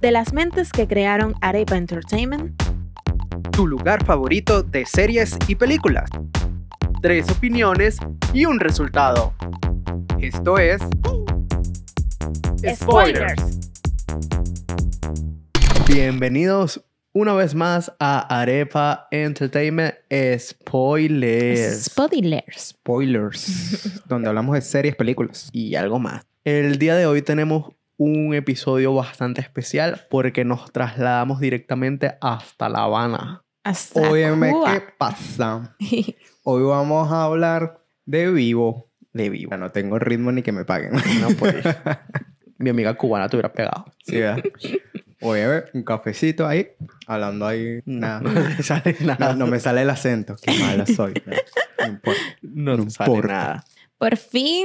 de las mentes que crearon Arepa Entertainment, tu lugar favorito de series y películas. Tres opiniones y un resultado. Esto es... Bienvenidos una vez más a Arepa Entertainment Spoilers. Spoilers. Spoilers, donde hablamos de series, películas y algo más. El día de hoy tenemos un episodio bastante especial porque nos trasladamos directamente hasta La Habana. Hasta Óyeme, ¿qué Cuba. pasa? Hoy vamos a hablar de vivo. De Ya vivo. No tengo ritmo ni que me paguen. No, pues. Mi amiga cubana te hubiera pegado. Sí, ¿verdad? Óyeme, un cafecito ahí, hablando ahí. No, Nada. no me sale nada. No, no me sale el acento. Qué mala soy. No importa. No, no sale importa. nada. Por fin,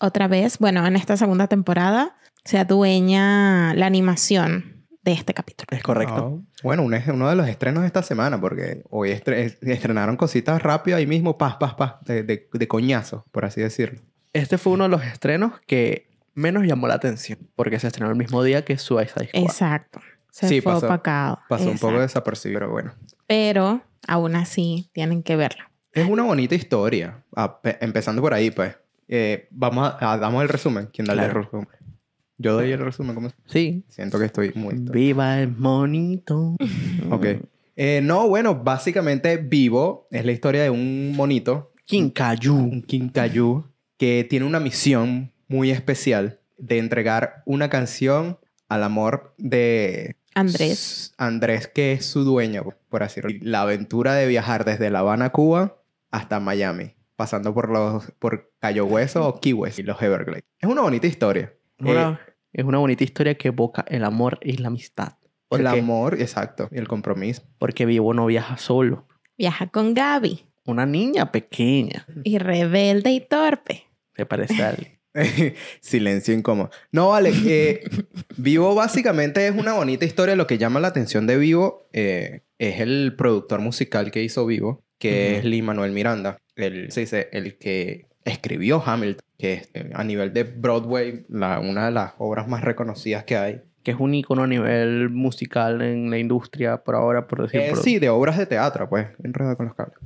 otra vez, bueno, en esta segunda temporada, se adueña la animación de este capítulo. Es correcto. Ah, bueno, un es- uno de los estrenos de esta semana, porque hoy estre- es- estrenaron cositas rápido ahí mismo, pas, pas, pas, de, de, de coñazo, por así decirlo. Este fue uno de los estrenos que menos llamó la atención porque se estrenó el mismo día que Suicide Squad. Exacto. Se Sí, fue pasó- opacado. Pasó un poco Exacto. desapercibido, pero bueno. Pero aún así tienen que verla. Es una bonita historia. Ah, pe- empezando por ahí, pues. Eh, vamos a, a- damos el resumen. ¿Quién da Claro. el resumen? Yo doy el resumen. ¿cómo? Sí. Siento que estoy muy... Viva el monito. Ok. Eh, no, bueno, básicamente Vivo es la historia de un monito, Kinkayú. un quincayú, que tiene una misión muy especial de entregar una canción al amor de Andrés. Andrés, que es su dueño, por así decirlo. La aventura de viajar desde La Habana, Cuba, hasta Miami, pasando por los por Cayo Hueso o Key West y los Everglades. Es una bonita historia. Eh, Es una- es una bonita historia que evoca el amor y la amistad. Eh, ¿Por el qué? amor, exacto, y el compromiso. Porque Vivo no viaja solo. Viaja con Gaby. Una niña pequeña. Y rebelde y torpe. Se parece a él. Silencio incómodo. No, vale. eh, Vivo básicamente es una bonita historia. Lo que llama la atención de Vivo eh, es el productor musical que hizo Vivo, que Ujú. es Lee Manuel Miranda. El, se dice, el que escribió Hamilton, que es, eh, a nivel de Broadway, la- una de las obras más reconocidas que hay. Que es un icono a nivel musical en la industria por ahora, por decir. Eh, por- sí, de obras de teatro, pues. Enredado con los cables.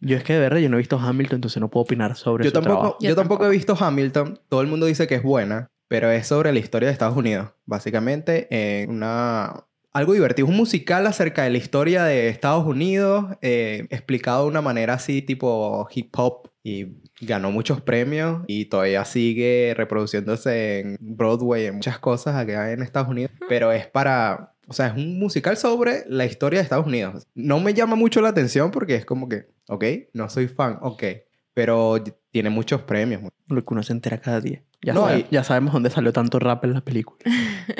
Yo es que de verdad yo no he visto Hamilton, entonces no puedo opinar sobre Yo su tampoco, trabajo. yo, Yo tampoco he visto Hamilton. Todo el mundo dice que es buena, pero es sobre la historia de Estados Unidos. Básicamente, eh, una... algo divertido. Un musical acerca de la historia de Estados Unidos, eh, explicado de una manera así tipo hip hop. Y ganó muchos premios y todavía sigue reproduciéndose en Broadway, en muchas cosas acá en Estados Unidos. Hmm. Pero es para... O sea, es un musical sobre la historia de Estados Unidos. No me llama mucho la atención porque es como que, ok, no soy fan, ok, pero y- tiene muchos premios. mu- Lo que uno se entera cada día. Ya, No, sabe- y- ya sabemos dónde salió tanto rap en las películas.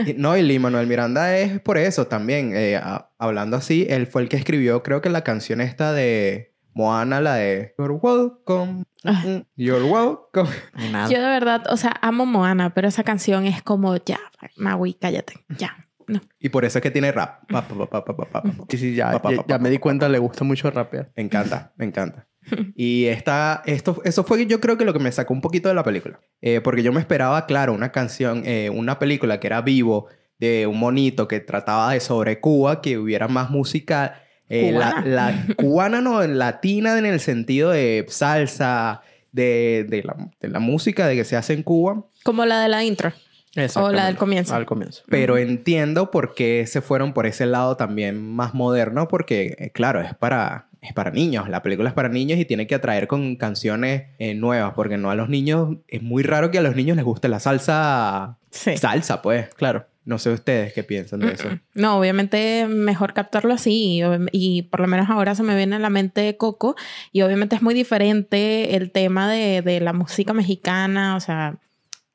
Y- No, y Lee Manuel Miranda es por eso también. eh, a- hablando así, él fue el que escribió, creo que la canción esta de Moana, la de You're welcome, Ah. mm, you're welcome. Ni Ah. nada. Yo de verdad, o sea, amo Moana, pero esa canción es como ya, Maui, cállate, ya. Y por eso es que tiene rap. Pa, pa, pa, pa, pa, pa, pa, pa. Sí, sí, ya, Pa, pa, ya- pa, ya pa, me di pa, cuenta, le gusta mucho rapear. Me encanta, me encanta. Y esta, esto, eso fue yo creo que lo que me sacó un poquito de la película. Eh, porque yo me esperaba, claro, una canción, eh, una película que era vivo, de un monito que trataba de sobre Cuba, que hubiera más música. eh, la, la cubana no, latina en el sentido de salsa, de, de la, de la música de que se hace en Cuba. Como la de la intro. O la del comienzo. Al comienzo. Pero entiendo por qué se fueron por ese lado también más moderno, porque eh, claro, es para, es para niños, la película es para niños y tiene que atraer con canciones eh, nuevas, porque no a los niños, es muy raro que a los niños les guste la salsa, Sí. salsa pues, Claro. no sé ustedes qué piensan de eso. No, obviamente mejor captarlo así y obvi- y por lo menos ahora se me viene a la mente Coco y obviamente es muy diferente el tema de, de la música mexicana, o sea,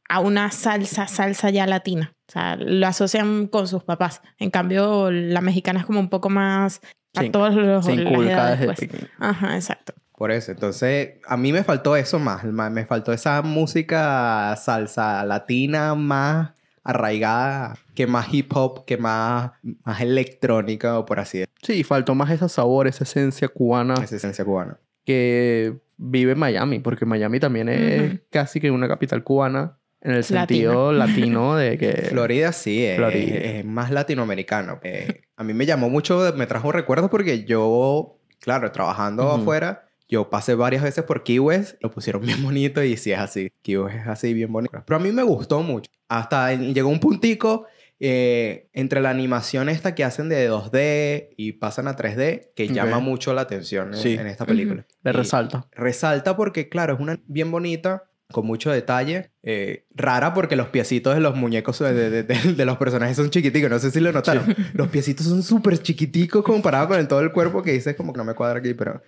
a una salsa, salsa ya latina. O sea, lo asocian con sus papás. En cambio, la mexicana es como un poco más a Sí, todos los Se las inculca edades, desde pues. pequeño. Ajá, exacto. Por eso, entonces a mí me faltó eso más, ma- me faltó esa música salsa latina más arraigada, que más hip hop, que más, más electrónica, o por así decirlo, Sí, faltó más ese sabor, esa esencia cubana esa esencia cubana. que vive en Miami, porque Miami también es Ujú. casi que una capital cubana en el sentido latino de que... Florida sí, es, Eh, Florida. es más latinoamericano. Eh, a mí me llamó mucho, me trajo recuerdos porque yo, claro, trabajando Ujú. afuera, yo pasé varias veces por Key West, lo pusieron bien bonito y sí es así. Key West es así, bien bonito. Pero a mí me gustó mucho. Hasta en- llegó un puntico eh, entre la animación esta que hacen de 2D y pasan a 3D que Ok. llama mucho la atención en, Sí. en esta película. Le Y- resalta. resalta porque, claro, es una bien bonita, con mucho detalle. eh, rara porque los piecitos de los muñecos de, de- de- de los personajes son chiquiticos. No sé si lo notaron. Los piecitos son súper chiquiticos comparado con el todo el cuerpo que dices como que no me cuadra aquí, pero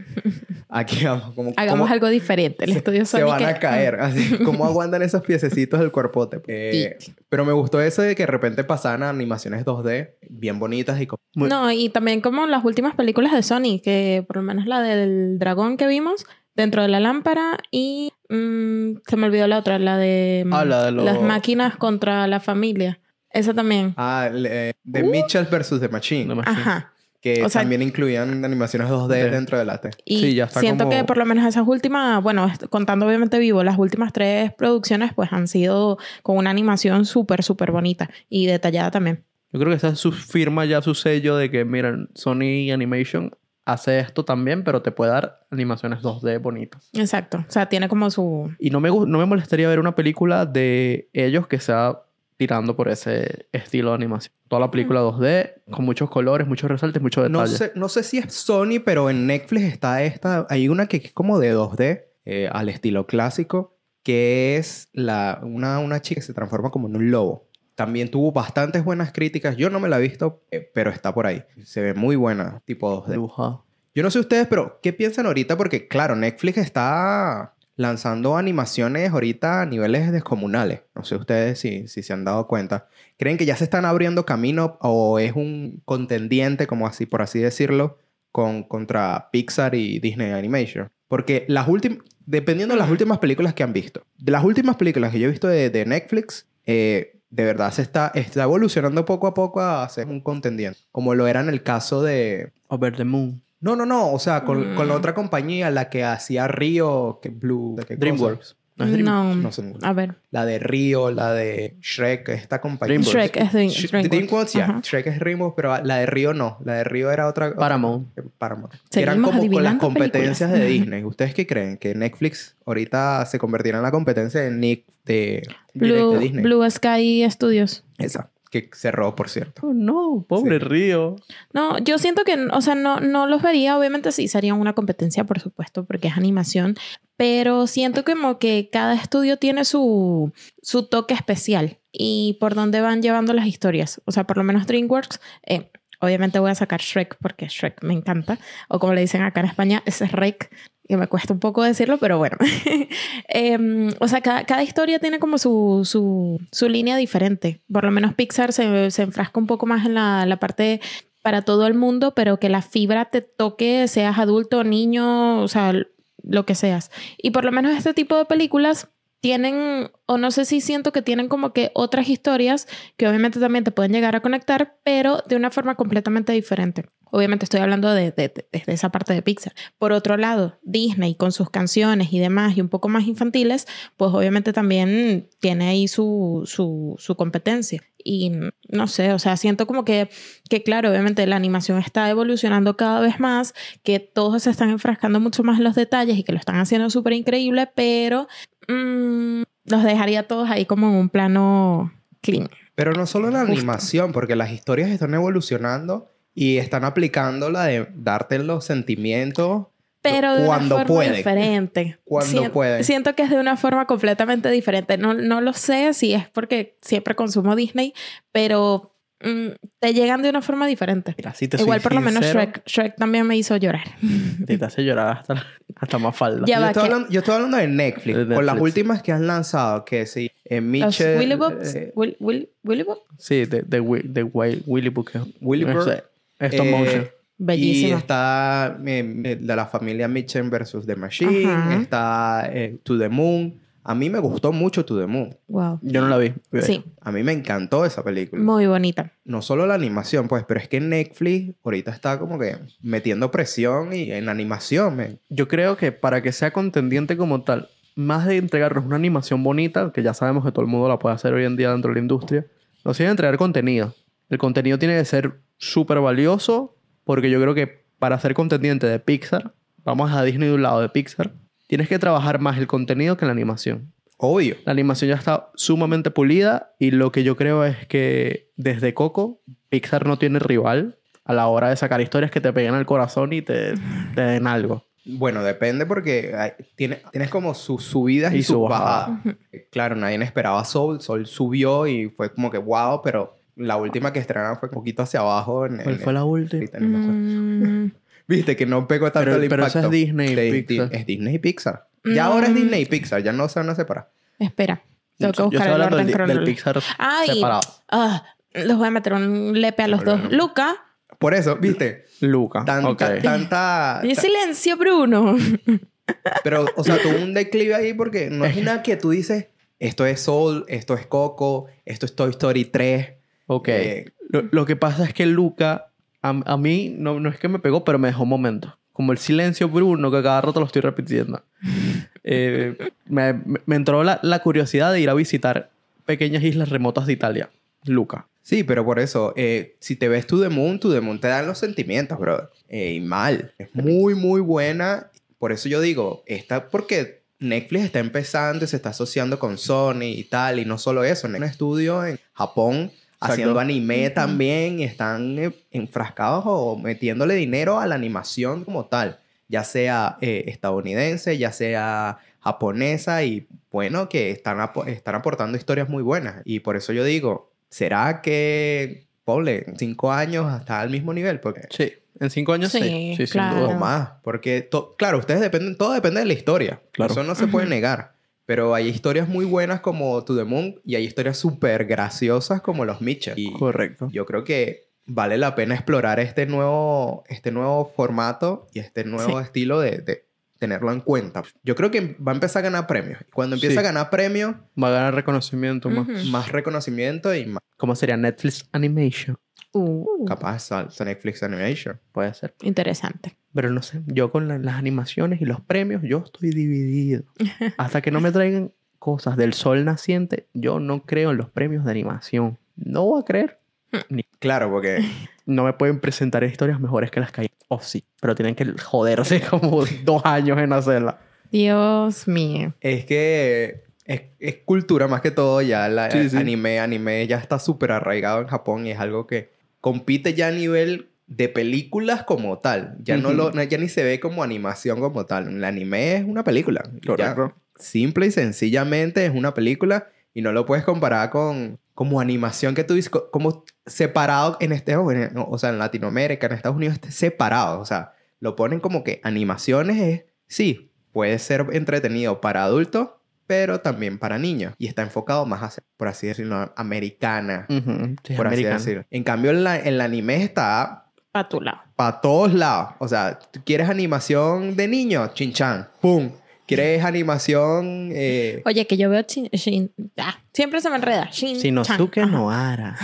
aquí vamos. Como, Hagamos como algo diferente. El estudio se Sony van que- a caer. Así, ¿Cómo aguantan esos piececitos del cuerpote? Eh, pero me gustó eso de que de repente pasaban a animaciones 2D bien bonitas y como... Muy- No, y también como las últimas películas de Sony, que por lo menos la del dragón que vimos dentro de la lámpara y mm, se me olvidó la otra, la de mm, Ah, la de los- las máquinas contra la familia. Esa también. Ah, le- eh, de Mitchell versus The Machine. No me- Ajá. Que Uh. O sea- también incluían animaciones 2D Ok. dentro de la T. Y Sí, ya está siento como- que por lo menos esas últimas, bueno, est- contando obviamente vivo, las últimas tres producciones pues han sido con una animación súper, súper bonita y detallada también. Yo creo que esa es su firma ya, su sello de que, miren, Sony Animation hace esto también, pero te puede dar animaciones 2D bonitas. Exacto. O sea, tiene como su... Y no me, gu- no me molestaría ver una película de ellos que sea tirando por ese estilo de animación. Toda la película 2D, con muchos colores, muchos resaltes, muchos No detalles. sé, no sé si es Sony, pero en Netflix está esta. Hay una que es como de 2D, eh, al estilo clásico, que es la, una, una chica que se transforma como en un lobo. También tuvo bastantes buenas críticas. Yo no me la he visto, eh, pero está por ahí. Se ve muy buena, tipo 2D. Dibujado. Yo no sé ustedes, pero ¿qué piensan ahorita? Porque, claro, Netflix está lanzando animaciones ahorita a niveles descomunales. No sé ustedes si, si se han dado cuenta. ¿Creen que ya se están abriendo camino o es un contendiente, como así, por así decirlo, con, contra Pixar y Disney Animation? Porque las últimas, dependiendo de las últimas películas que han visto, de las últimas películas que yo he visto de, de Netflix, eh, de verdad se está, está evolucionando poco a poco a ser un contendiente. Como lo era en el caso de, Over the Moon. no, no, no. O sea, con, con la Mm. otra compañía, la que hacía Río, que Blue. ¿de qué cosa? DreamWorks. No es Dream- No, No sé. a ver. La de Río, la de Shrek, esta compañía. DreamWorks. Shrek es Dream- Sh- DreamWorks. DreamWorks, ya. Ajá. Shrek es Dreamworks, pero la de Río no. La de Río era otra. Paramount. otra- Paramount. Que Seguimos Eran como con las adivinando competencias películas. de Disney. ¿Ustedes qué creen? ¿Que Netflix ahorita se convertirá en la competencia de Nick de, directo de Blue, Disney? Blue Sky Studios. Esa. Que cerró, por cierto. Oh, no, pobre Sí. Río. No, yo siento que, o sea, no, no los vería, obviamente sí serían una competencia, por supuesto, porque es animación, pero siento como que cada estudio tiene su, su toque especial y por dónde van llevando las historias. O sea, por lo menos DreamWorks, eh, obviamente voy a sacar Shrek porque Shrek me encanta, o como le dicen acá en España, es Shrek, que me cuesta un poco decirlo, pero bueno. Em, o sea, cada, cada historia tiene como su, su, su línea diferente. Por lo menos Pixar se, se enfrasca un poco más en la, la parte para todo el mundo, pero que la fibra te toque, seas adulto, niño, o sea, l- lo que seas. Y por lo menos este tipo de películas tienen, o no sé si siento que tienen como que otras historias que obviamente también te pueden llegar a conectar, pero de una forma completamente diferente. Obviamente estoy hablando de, de- de- desde esa parte de Pixar. Por otro lado, Disney con sus canciones y demás y un poco más infantiles, pues obviamente también tiene ahí su, su, su competencia. Y no sé, o sea, siento como que que claro, obviamente la animación está evolucionando cada vez más, que todos se están enfrascando mucho más en los detalles y que lo están haciendo súper increíble, pero mm, los dejaría todos ahí como en un plano clean. Pero no solo la Justo. animación, porque las historias están evolucionando y están aplicando la de darte los sentimientos Pero de Cuando una forma pueden. diferente. Cuando pueden. Siento que es de una forma completamente diferente. No, no lo sé si es porque siempre consumo Disney, pero mm, te llegan de una forma diferente. Mira, si te soy Igual por lo menos sincero, Shrek, Shrek también me hizo llorar. Te hace llorar hasta, la- hasta más falda. Ya Yo va, estoy, que- hablando, yo estoy hablando de Netflix, De con las Netflix. últimas que han lanzado, que sí, eh, Los Mitchell, Willy Bobs, eh, Will- Will- Willy Bobs, Sí, de, de, Wi- de Wi- Willy Booker. Willy Bird, Esto eh, motion. y bellísimo. está eh, eh, de la familia Mitchell versus The Machine, Ajá. está eh, To The Moon. A mí me gustó mucho To The Moon. Wow. Yo no la vi. Sí, A mí me encantó esa película. muy bonita. no solo la animación, pues, pero es que Netflix ahorita está como que metiendo presión y en animación. men. Yo creo que para que sea contendiente como tal, más de entregarnos una animación bonita, que ya sabemos que todo el mundo la puede hacer hoy en día dentro de la industria, nos tienen que entregar contenido. El contenido tiene que ser súper valioso, porque yo creo que para ser contendiente de Pixar, vamos a Disney de un lado de Pixar, tienes que trabajar más el contenido que la animación. Obvio. La animación ya está sumamente pulida y lo que yo creo es que desde Coco, Pixar no tiene rival a la hora de sacar historias que te peguen al corazón y te, te den algo. Bueno, depende porque hay- tiene, tienes como sus subidas y, Y su sus bajada. bajadas. Claro, nadie esperaba Soul. Soul subió y fue como que wow, pero la última que estrenaron fue un poquito hacia abajo. En, ¿Cuál en- fue la última? ahorita no me acuerdo. Mm, Viste que no pegó tanto Pero- el pero impacto. eso es Disney y De- di- Pixar. Es Disney y Pixar. Ya No. ahora es Disney y Pixar, ya no se van a separar. espera, tengo que Yo estoy buscar el hablando del orden di- del, cronológico. Pixar Ay. separado. Ah, los voy a meter un lepe a los dos. Luca, Por eso, viste, Luca. tanta, ok. Ah, tanta, y silencio, Bruno. Pero, o sea, tuvo un declive ahí porque no es nada que tú dices, esto es Soul, esto es Coco, esto es Toy Story 3. Ok. Eh, lo, lo que pasa es que Luca, a, a mí, no, no es que me pegó, pero me dejó momentos. Como el silencio Bruno, que cada rato lo estoy repitiendo. Eh, me, me- me entró la, la curiosidad de ir a visitar pequeñas islas remotas de Italia. Luca. Sí, pero por eso, eh, si te ves To The Moon, To The Moon te dan los sentimientos, brother. Eh, y mal. Es muy, muy buena. Por eso yo digo, está porque Netflix está empezando y se está asociando con Sony y tal. Y no solo eso, Netflix es un estudio en Japón haciendo anime también y están eh, enfrascados o metiéndole dinero a la animación como tal. Ya sea eh, estadounidense, ya sea japonesa y bueno, que están, apo- están aportando historias muy buenas. Y por eso yo digo, ¿será que, ponle, en cinco años hasta al mismo nivel? Porque, Sí. En cinco años sí. Sí, Sí, sin claro. duda. o más, porque, to- claro, ustedes dependen, todo depende de la historia. Claro. Eso no se puede Ujú. negar. Pero hay historias muy buenas como To The Moon y hay historias súper graciosas como Los Mitchell. Y Correcto. yo creo que vale la pena explorar este nuevo, este nuevo formato y este nuevo estilo de, de tenerlo en cuenta. Yo creo que va a empezar a ganar premios. Cuando empieza Sí. a ganar premios, Va a ganar reconocimiento más. Ujú. más reconocimiento y más ¿Cómo sería Netflix Animation? Uh, capaz sal- sal Netflix Animation. Puede ser. interesante. Pero no sé, yo con la- las animaciones y los premios, yo estoy dividido. Hasta que no me traigan cosas del sol naciente, yo no creo en los premios de animación. No voy a creer. Claro, porque No me pueden presentar historias mejores que las que hay. O sí, pero tienen que joderse como dos años en hacerla. Dios mío. es que es, es cultura más que todo ya. La, Sí, sí. Anime, anime ya está súper arraigado en Japón y es algo que compite ya a nivel de películas como tal. Ya no Ujú. lo, no- ya ni se ve como animación como tal. El anime es una película. y ya. Correcto. simple y sencillamente es una película y no lo puedes comparar con como animación que tú dices, co- como separado en este, o en- o sea, en Latinoamérica, en Estados Unidos, está separado, o sea, lo ponen como que animaciones es, sí, puede ser entretenido para adultos, pero también para niños y está enfocado más hacia, por así decirlo, americana, Ujú, sí, por así americano. decirlo. En cambio, el, el anime está Para tu lado. para todos lados. O sea, ¿tú ¿quieres animación de niño? Chinchan. ¡Pum! ¿Quieres animación? eh, Oye, que yo veo Shin... Shin- ah, siempre se me enreda. Shin Shinosuke Chan. Noara.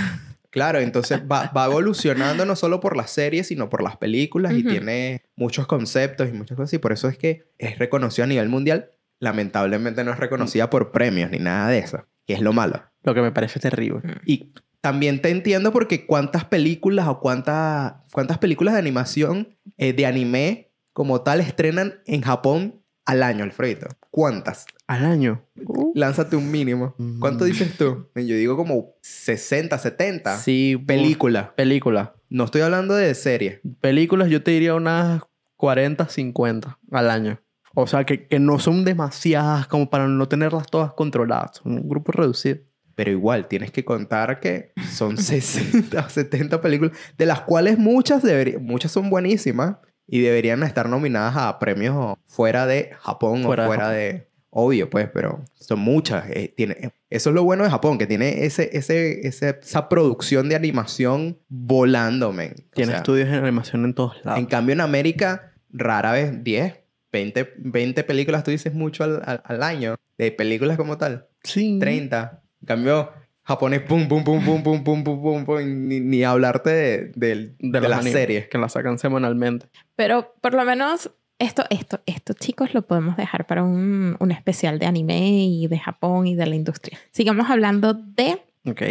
Claro, entonces va, va evolucionando no solo por las series, sino por las películas y Ujú. tiene muchos conceptos y muchas cosas. Y por eso es que es reconocida a nivel mundial. Lamentablemente no es reconocida por premios ni nada de eso, que es lo malo. Lo que me parece terrible. Y también te entiendo porque cuántas películas o cuántas, cuántas películas de animación, eh, de anime como tal, estrenan en Japón al año, Alfredito. ¿Cuántas? Al año. Uh, Lánzate un mínimo. ¿Cuánto Mm. dices tú? Yo digo como 60, 70. sí, películas. Película. Película. No estoy hablando de serie. películas yo te diría unas 40, 50 al año. O sea, que, que no son demasiadas como para no tenerlas todas controladas. Son un grupo reducido. Pero igual, tienes que contar que son 60 o 70 películas, de las cuales muchas, deberi- muchas son buenísimas y deberían estar nominadas a premios fuera de Japón Fuera de o fuera Japón. de, Obvio, pues, pero son muchas. eh, tiene... Eso es lo bueno de Japón, que tiene ese, ese, ese- esa producción de animación volando, men. O Tiene sea, estudios en animación en todos lados. En cambio, en América, rara vez 10, 20, 20 películas, tú dices mucho al- al- al año, de películas como tal. Sí. 30. En cambio, japonés, pum, pum, pum, pum, pum, pum, pum, pum, pum, y ni, ni hablarte de, del- de los las animes series. Que las sacan semanalmente. Pero por lo menos Esto, esto, esto, chicos, lo podemos dejar para un, un especial de anime y de Japón y de la industria. Sigamos hablando de Ok.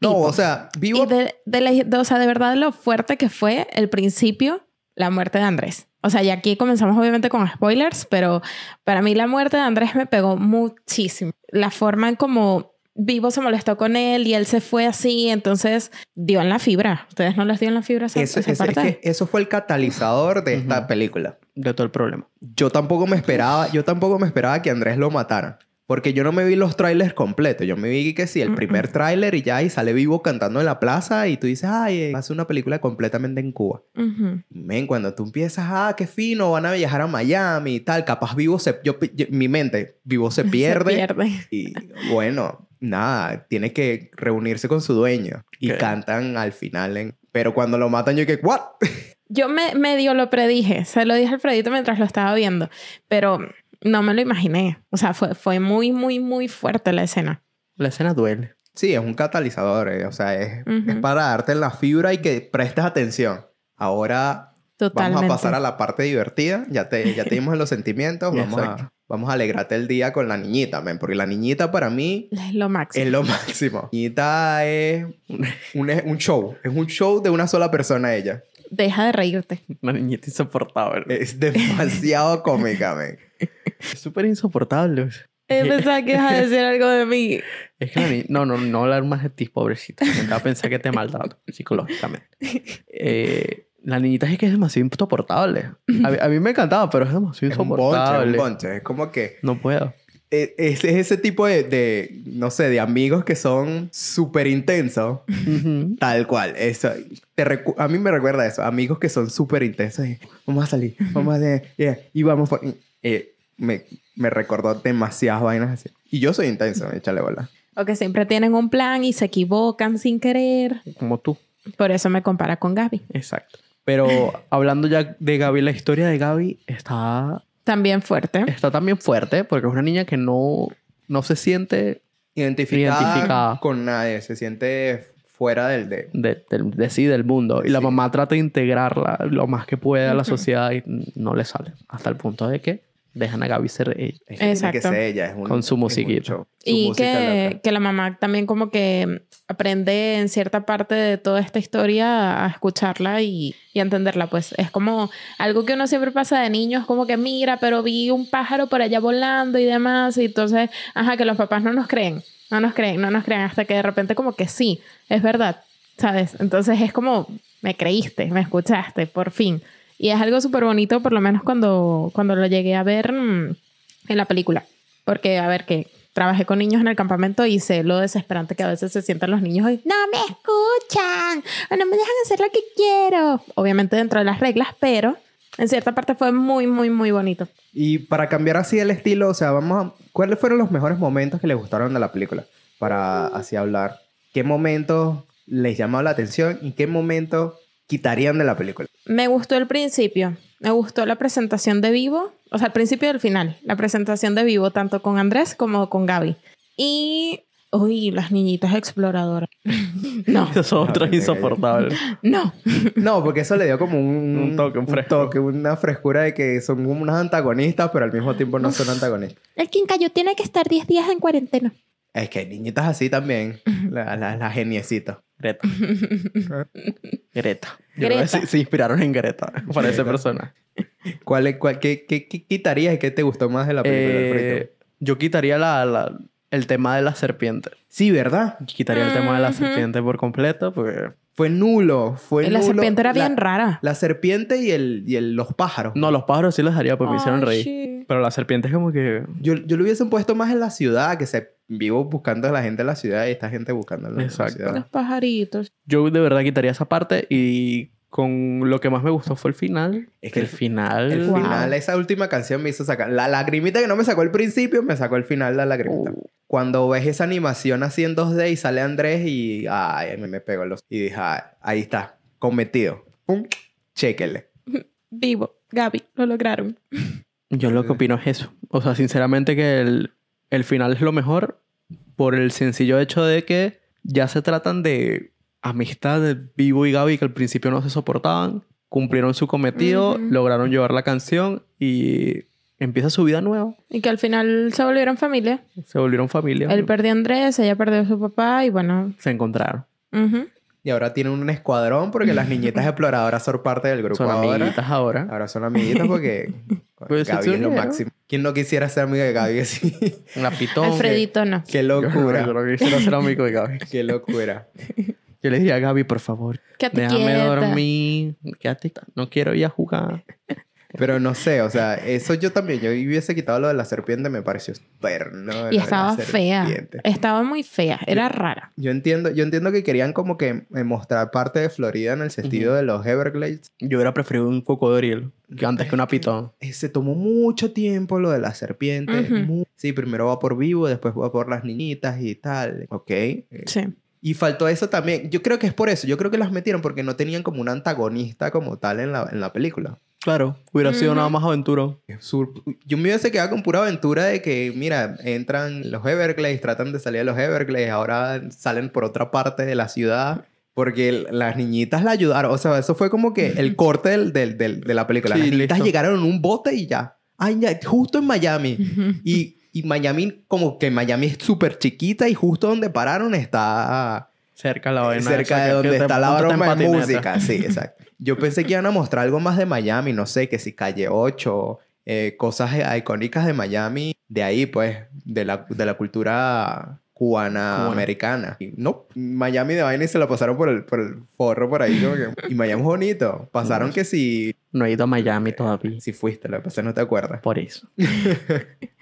No, Bebop. o sea, Y vivo. de, de la- de- o sea, de verdad lo fuerte que fue el principio, la muerte de Andrés. O sea, y aquí comenzamos obviamente con spoilers, pero para mí la muerte de Andrés me pegó muchísimo. La forma en como Vivo se molestó con él y él se fue así, entonces dio en la fibra. ¿Ustedes no les dio en la fibra esa, Eso, esa eso- es parte? que eso fue el catalizador de esta Ujú. película. De todo el problema. Yo tampoco me esperaba, yo tampoco me esperaba que Andrés lo matara. Porque yo no me vi los trailers completos. Yo me vi que sí, el Mm-mm. primer tráiler y ya, y sale vivo cantando en la plaza y tú dices, ay, eh, va a ser una película completamente en Cuba. Ujú. Men, cuando tú empiezas, ah, qué fino, van a viajar a Miami y tal, capaz vivo se... Yo, pi- yo- mi mente, vivo se pierde, Se pierde. y bueno, nada, tiene que reunirse con su dueño y Ok. cantan al final en... Pero cuando lo matan yo que, ¿what? Yo me medio lo predije, se lo dije al Fredito mientras lo estaba viendo, pero no me lo imaginé. O sea, fue, fue muy, muy, muy fuerte la escena. La escena duele. Sí, es un catalizador, eh, o sea, es, Ujú. es para darte la fibra y que prestes atención. Ahora Totalmente. vamos a pasar a la parte divertida, ya te, ya te dimos en los sentimientos, vamos a, Exacto. vamos a alegrarte el día con la niñita, men, porque la niñita para mí Es lo máximo. Es lo máximo. Niñita es un, es un show. Es un show de una sola persona ella. Deja de reírte. Una niñita insoportable. Es demasiado cómica, men. Es súper insoportable. Eh, Pensaba que ibas a decir algo de mí. Es que la ni- No, no, no hablar más de ti, pobrecita. Intentaba pensar que te maltrato psicológicamente. Eh, la niñita es que es demasiado insoportable. A, mí- a mí me encantaba, pero es demasiado Es un bonche, es un insoportable. bonche. Es como que... no puedo. eh, Es, es ese tipo de, de, no sé, de amigos que son súper intensos. Ujú. Tal cual. Eso, te recu- a mí me recuerda a eso. Amigos que son súper intensos. y, Vamos a salir. Vamos a... hacer- yeah, y vamos... pa-". Eh, me, me recordó demasiadas vainas así. Y yo soy intenso, échale bola. O que siempre tienen un plan y se equivocan sin querer. Como tú. Por eso me compara con Gaby. Exacto. Pero hablando ya de Gaby, la historia de Gaby está, También fuerte. está también fuerte porque es una niña que no, no se siente identificada, Identificada. con nadie, se siente fuera del de. de, del- de sí del mundo. Y la Sí. mamá trata de integrarla lo más que puede a la Ujú. sociedad y no le sale. Hasta el punto de que dejan a Gaby ser ella. Es que tiene que Exacto. ser ella, es un- Con su es un musiquita. show. Su Y música que, loca. que la mamá también como que aprende en cierta parte de toda esta historia a escucharla y, y a entenderla. Pues es como algo que uno siempre pasa de niño, es como que mira, pero vi un pájaro por allá volando y demás. Y entonces, ajá, que los papás no nos creen, no nos creen, no nos creen, hasta que de repente como que sí, es verdad, ¿sabes? Entonces es como, me creíste, me escuchaste, por fin. Y es algo súper bonito, por lo menos cuando, cuando lo llegué a ver mm, en la película. Porque, a ver, que trabajé con niños en el campamento y sé lo desesperante que a veces se sientan los niños y no me escuchan o no me dejan hacer lo que quiero. Obviamente dentro de las reglas, pero en cierta parte fue muy, muy, muy bonito. Y para cambiar así el estilo, o sea, vamos a... ¿Cuáles fueron los mejores momentos que les gustaron de la película? Para así hablar. ¿Qué momentos les llamaba la atención y qué momentos quitarían de la película? Me gustó el principio, me gustó la presentación de vivo, o sea, el principio y el final, la presentación de vivo tanto con Andrés como con Gaby. Y, uy, las niñitas exploradoras. no, Esas son Ah, otras ok, ok. insoportables. no. No, porque eso le dio como un... Un toque, un fresco. toque, una frescura de que son como unas antagonistas, pero al mismo tiempo no son antagonistas. El quincallo tiene que estar 10 días en cuarentena. Es que hay niñitas así también. Las la, la geniecitas. Greta. Greta. Yo creo Greta. que se, se inspiraron en Greta para ese Greta. personaje. ¿Cuál, es- cuál- qué, qué- qué quitarías y qué te gustó más de la película, Alfredo? Eh, yo quitaría la- la- el tema de la serpiente. Sí, ¿verdad? Quitaría el tema de la Ah, Ujú. serpiente por completo porque... Fue nulo, fue La nulo. serpiente era La- bien rara. La serpiente y, el, y el- los pájaros. No, los pájaros sí los daría porque Pues me hicieron Ay, reír. sí. Pero la serpiente es como que... Yo, yo lo hubiesen puesto más en la ciudad, que se vivo buscando a la gente en la ciudad y esta gente buscando a la Exacto. Los ciudad. pajaritos. Yo de verdad quitaría esa parte y con lo que más me gustó fue el final. Es que el el- final... El Wow. final, esa última canción me hizo sacar. La lagrimita que no me sacó al principio, me sacó el final la lagrimita. Uh. Cuando ves esa animación así en 2D y sale Andrés y. Ay, a mí me pegó los. Y dije, "Ah, ahí está, cometido. Pum, chéquele. Vivo, Gaby, lo lograron. Yo lo que opino es eso. O sea, sinceramente que el, el final es lo mejor por el sencillo hecho de que ya se tratan de amistad de Vivo y Gaby que al principio no se soportaban, cumplieron su cometido, Ujú. lograron llevar la canción y empieza su vida nueva. Y que al final se volvieron familia. Se volvieron familia. Él perdió a Andrés, ella perdió a su papá y bueno. Se encontraron. ujú. Y ahora tienen un escuadrón porque las niñitas exploradoras son parte del grupo Son ahora. amiguitas Pues ahora. Ahora son amiguitas porque Pero se Gaby es lo unieron. máximo. ¿Quién no quisiera ser amiga de Gaby así? Una pitón. Alfredito no. Qué Yo no- locura. Yo no quisiera ser amigo de Gaby. Qué locura. Yo le diría a Gaby, por favor, Quédate déjame quieta. dormir. Quédate. No quiero ir a jugar. Pero no sé, o sea, eso yo también. Yo hubiese quitado lo de la serpiente, me pareció perno. lo de Y la estaba fea. serpiente. Estaba muy fea. Era rara. Yo entiendo, yo entiendo que querían como que eh, mostrar parte de Florida en el sentido de los Everglades. Yo hubiera preferido un cocodrilo que antes que una pitón. Eh, Se tomó mucho tiempo lo de la serpiente. Ujú. mu- Sí, primero va por vivo, después va por las niñitas y tal. Ok. eh, Sí. Y faltó eso también. Yo creo que es por eso. Yo creo que las metieron porque no tenían como un antagonista como tal en la, en la película. Claro, hubiera sido Ujú. nada más aventurón. Sur- Yo me hubiese quedado con pura aventura de que, mira, entran los Everglades, tratan de salir de los Everglades, ahora salen por otra parte de la ciudad. Porque l- las niñitas la ayudaron. O sea, eso fue como que el corte del, del- del- de la película. Sí, las niñitas listo. llegaron en un bote y ya. Ay, ya, justo en Miami. Ujú. Y, y Miami, como que Miami es súper chiquita y justo donde pararon está Cerca la vaina. cerca esa de que- donde que te está la montas en broma de patineta. música. Sí, exacto. Yo pensé que iban a mostrar algo más de Miami, no sé, que si calle 8, eh, cosas eh, icónicas de Miami, de ahí, pues, de la, de la cultura Cubana. cubana-americana. Y No, Miami de vaina y se la pasaron por el, por el forro por ahí. como que- y Miami es bonito. Pasaron que si, No he ido a Miami todavía. si fuiste, lo que pasa es que no te acuerdas. Por eso.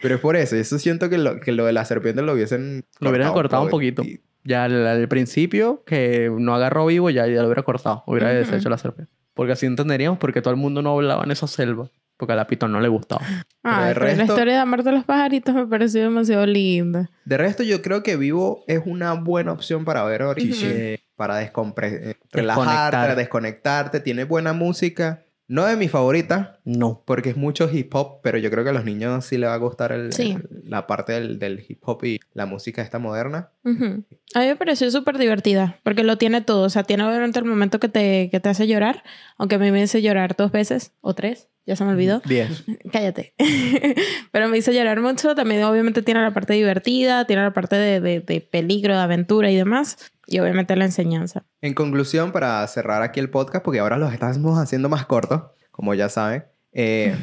Pero es por eso. Eso siento que lo, que lo de la serpiente lo hubiesen... Lo hubieran cortado un poquito. y- Ya al, al principio, que no agarró vivo, ya, ya lo hubiera cortado. Hubiera Ujú. deshecho la serpiente. Porque así entenderíamos por qué todo el mundo no hablaba en esa selva. Porque a la pitón no le gustaba. Ay, de pero la resto- historia de Amor de los Pajaritos me pareció demasiado linda. De resto, yo creo que Vivo es una buena opción para ver ahorita. eh, Para descompre- eh, relajarte, Desconectar. desconectarte. Tiene buena música. No de mis favoritas, No. porque es mucho hip hop, pero yo creo que a los niños sí les va a gustar el- Sí. el- la parte del, del hip hop y la música esta moderna. Ujú. A mí me pareció súper divertida, porque lo tiene todo. O sea, tiene obviamente el momento que te, que te hace llorar, aunque a mí me hizo llorar dos veces o tres, ya se me olvidó. 10. Cállate. Pero me hizo llorar mucho. También obviamente tiene la parte divertida, tiene la parte de, de- de peligro, de aventura y demás. Y obviamente la enseñanza. En conclusión, para cerrar aquí el podcast, porque ahora los estamos haciendo más cortos, como ya saben, eh,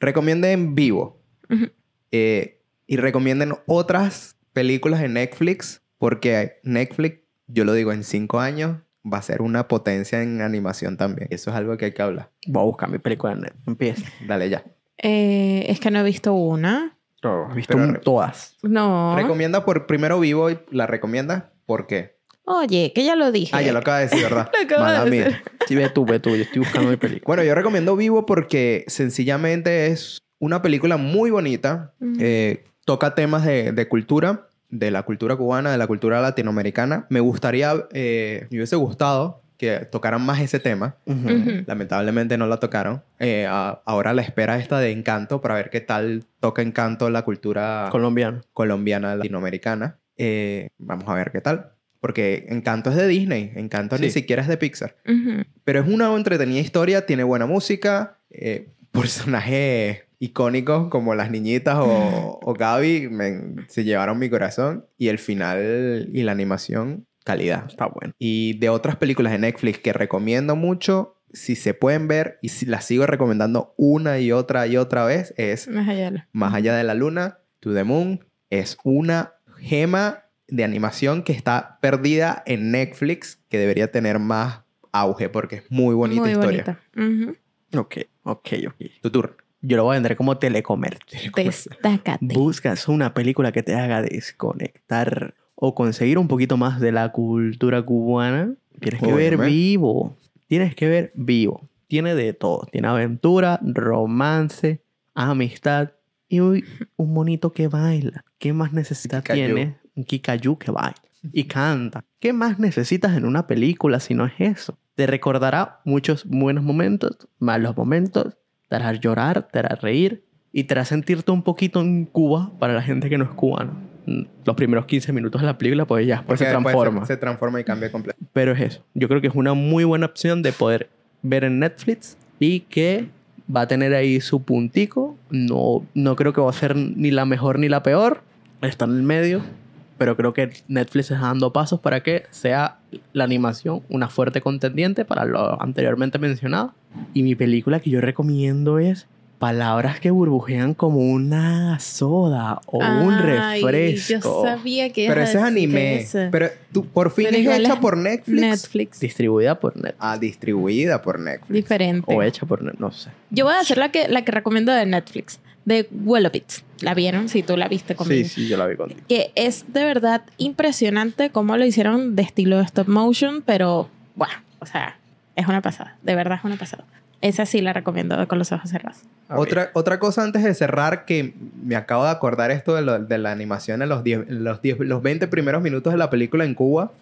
recomienden Vivo. Ujú. Eh, y recomienden otras películas en Netflix, porque Netflix, yo lo digo, en cinco años va a ser una potencia en animación también. Eso es algo que hay que hablar. Voy a buscar mi película en Netflix. Empieza. Dale ya. Eh, es que no he visto una. He visto Pero un- re- todas. No. Recomienda por primero Vivo y la recomienda por qué. Oye, que ya lo dije. Ah, ya lo acaba de decir, ¿verdad? Lo acabo de Mala mía. decir. Sí, ve tú, ve tú. Yo estoy buscando mi película. Bueno, yo recomiendo Vivo porque sencillamente es una película muy bonita. Ujú. Eh, toca temas de, de cultura, de la cultura cubana, de la cultura latinoamericana. Me gustaría, eh, me hubiese gustado que tocaran más ese tema. Ujú. Lamentablemente no la tocaron. Eh, a- ahora la espera esta de Encanto para ver qué tal toca Encanto la cultura Colombiano. colombiana latinoamericana. Eh, vamos a ver qué tal. Porque Encanto es de Disney. Encanto ni Sí. siquiera es de Pixar. Ujú. Pero es una entretenida historia, tiene buena música, eh, personajes icónicos como las niñitas o, o Gaby me- se llevaron mi corazón y el final y la animación, calidad. Está bueno. Y de otras películas de Netflix que recomiendo mucho, si se pueden ver y si las sigo recomendando una y otra y otra vez, es Más allá de- Más allá de la luna, To the Moon, es una gema de animación que está perdida en Netflix, que debería tener más auge porque es muy bonita Muy historia. bonita. Ujú. Ok, ok, ok. Tu turno. Yo lo voy a vender como telecomercio. Destácate. Buscas una película que te haga desconectar o conseguir un poquito más de la cultura cubana. Tienes que ver Óyeme. vivo. Tienes que ver vivo. Tiene de todo. Tiene aventura, romance, amistad y un, un monito que baila. ¿Qué más necesitas? Kikayú. Tiene un Kikayu que baila y canta. ¿Qué más necesitas en una película si no es eso? Te recordará muchos buenos momentos, malos momentos, te hará llorar, te hará reír y te hará sentirte un poquito en Cuba para la gente que no es cubana. Mm, Los primeros 15 minutos de la película, pues ya, pues Porque se después transforma. Se, se transforma y cambia completo. Pero es eso. Yo creo que es una muy buena opción de poder ver en Netflix y que va a tener ahí su puntico. No, no creo que va a ser ni la mejor ni la peor. Está en el medio. Pero creo que Netflix está dando pasos para que sea la animación una fuerte contendiente para lo anteriormente mencionado. Y mi película que yo recomiendo es Palabras que burbujean como una soda o un Ay, Yo refresco. sabía que Pero ibas a ese es decir anime. ese. Pero tú, por fin Pero es igual hecha es por Netflix. Netflix. Distribuida por Netflix. Ah, distribuida por Netflix. Diferente. O hecha por Netflix, no sé. Yo voy a hacer la que, la que recomiendo de Netflix, de Wallopits. ¿La vieron? Si tú la viste conmigo. sí, yo la vi contigo. Que es de verdad impresionante cómo lo hicieron de estilo stop motion, pero bueno, o sea, es una pasada. De verdad es una pasada. Esa sí la recomiendo con los ojos cerrados. Otra, otra cosa antes de cerrar que me acabo de acordar esto de, lo- de la animación en los, 10 los, 10 los 20 primeros minutos de la película en Cuba.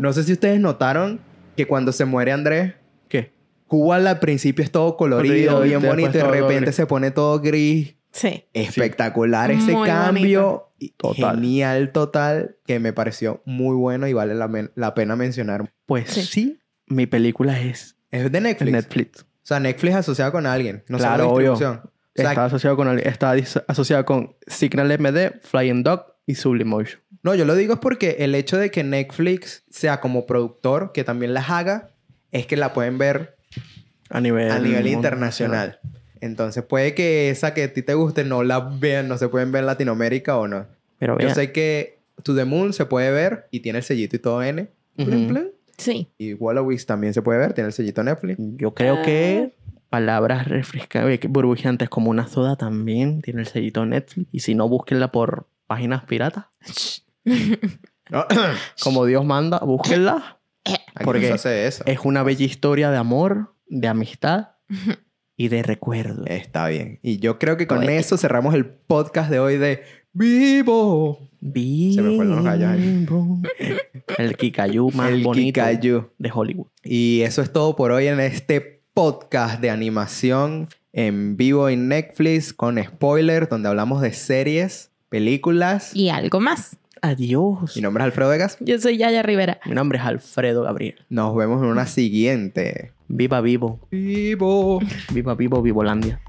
No sé si ustedes notaron que cuando se muere Andrés, ¿Qué? Cuba al principio es todo colorido, Colorido, bien después bonito, y de todo repente gris. se pone todo gris. Sí. Espectacular ese Muy cambio. y Total. Genial total, que me pareció muy bueno y vale la, men- la pena mencionar. Pues Sí. sí. mi película es Es de Netflix. Netflix. O sea, Netflix asociado con alguien. No Claro, claro, obvio. distribución. O sea, Está asociado con está dis- asociado con Signal MD, Flying Dog y Sublimotion. No, yo lo digo es porque el hecho de que Netflix sea como productor, que también las haga, es que la pueden ver A nivel a nivel mundial. internacional. Entonces puede que esa que a ti te guste no la vean, no se pueden ver en Latinoamérica o no. Pero Yo bien. sé que To The Moon se puede ver y tiene el sellito y todo N. Ujú. Plin, plin. Sí. Y Wallowis también se puede ver, tiene el sellito Netflix. Yo creo que Ah. palabras refrescantes, burbujeantes como una soda también tiene el sellito Netflix. Y si no, búsquenla por páginas piratas. No, Como Dios manda, búsquenla. aquí ¿Por no se qué? hace eso. Es una bella historia de amor, de amistad y de recuerdo. Está bien. Y yo creo que con Poético. eso cerramos el podcast de hoy de Vivo. Se me fueron los gallos ahí. El Kikayú Uh, más el bonito Kikayu. de Hollywood. Y eso es todo por hoy en este podcast de animación en vivo en Netflix con spoilers, donde hablamos de series, películas. Y algo más. Adiós. Mi nombre es Alfredo Vegas. Yo soy Yaya Rivera. Mi nombre es Alfredo Gabriel. Nos vemos en una siguiente. Viva vivo. Vivo. Viva vivo Vivolandia.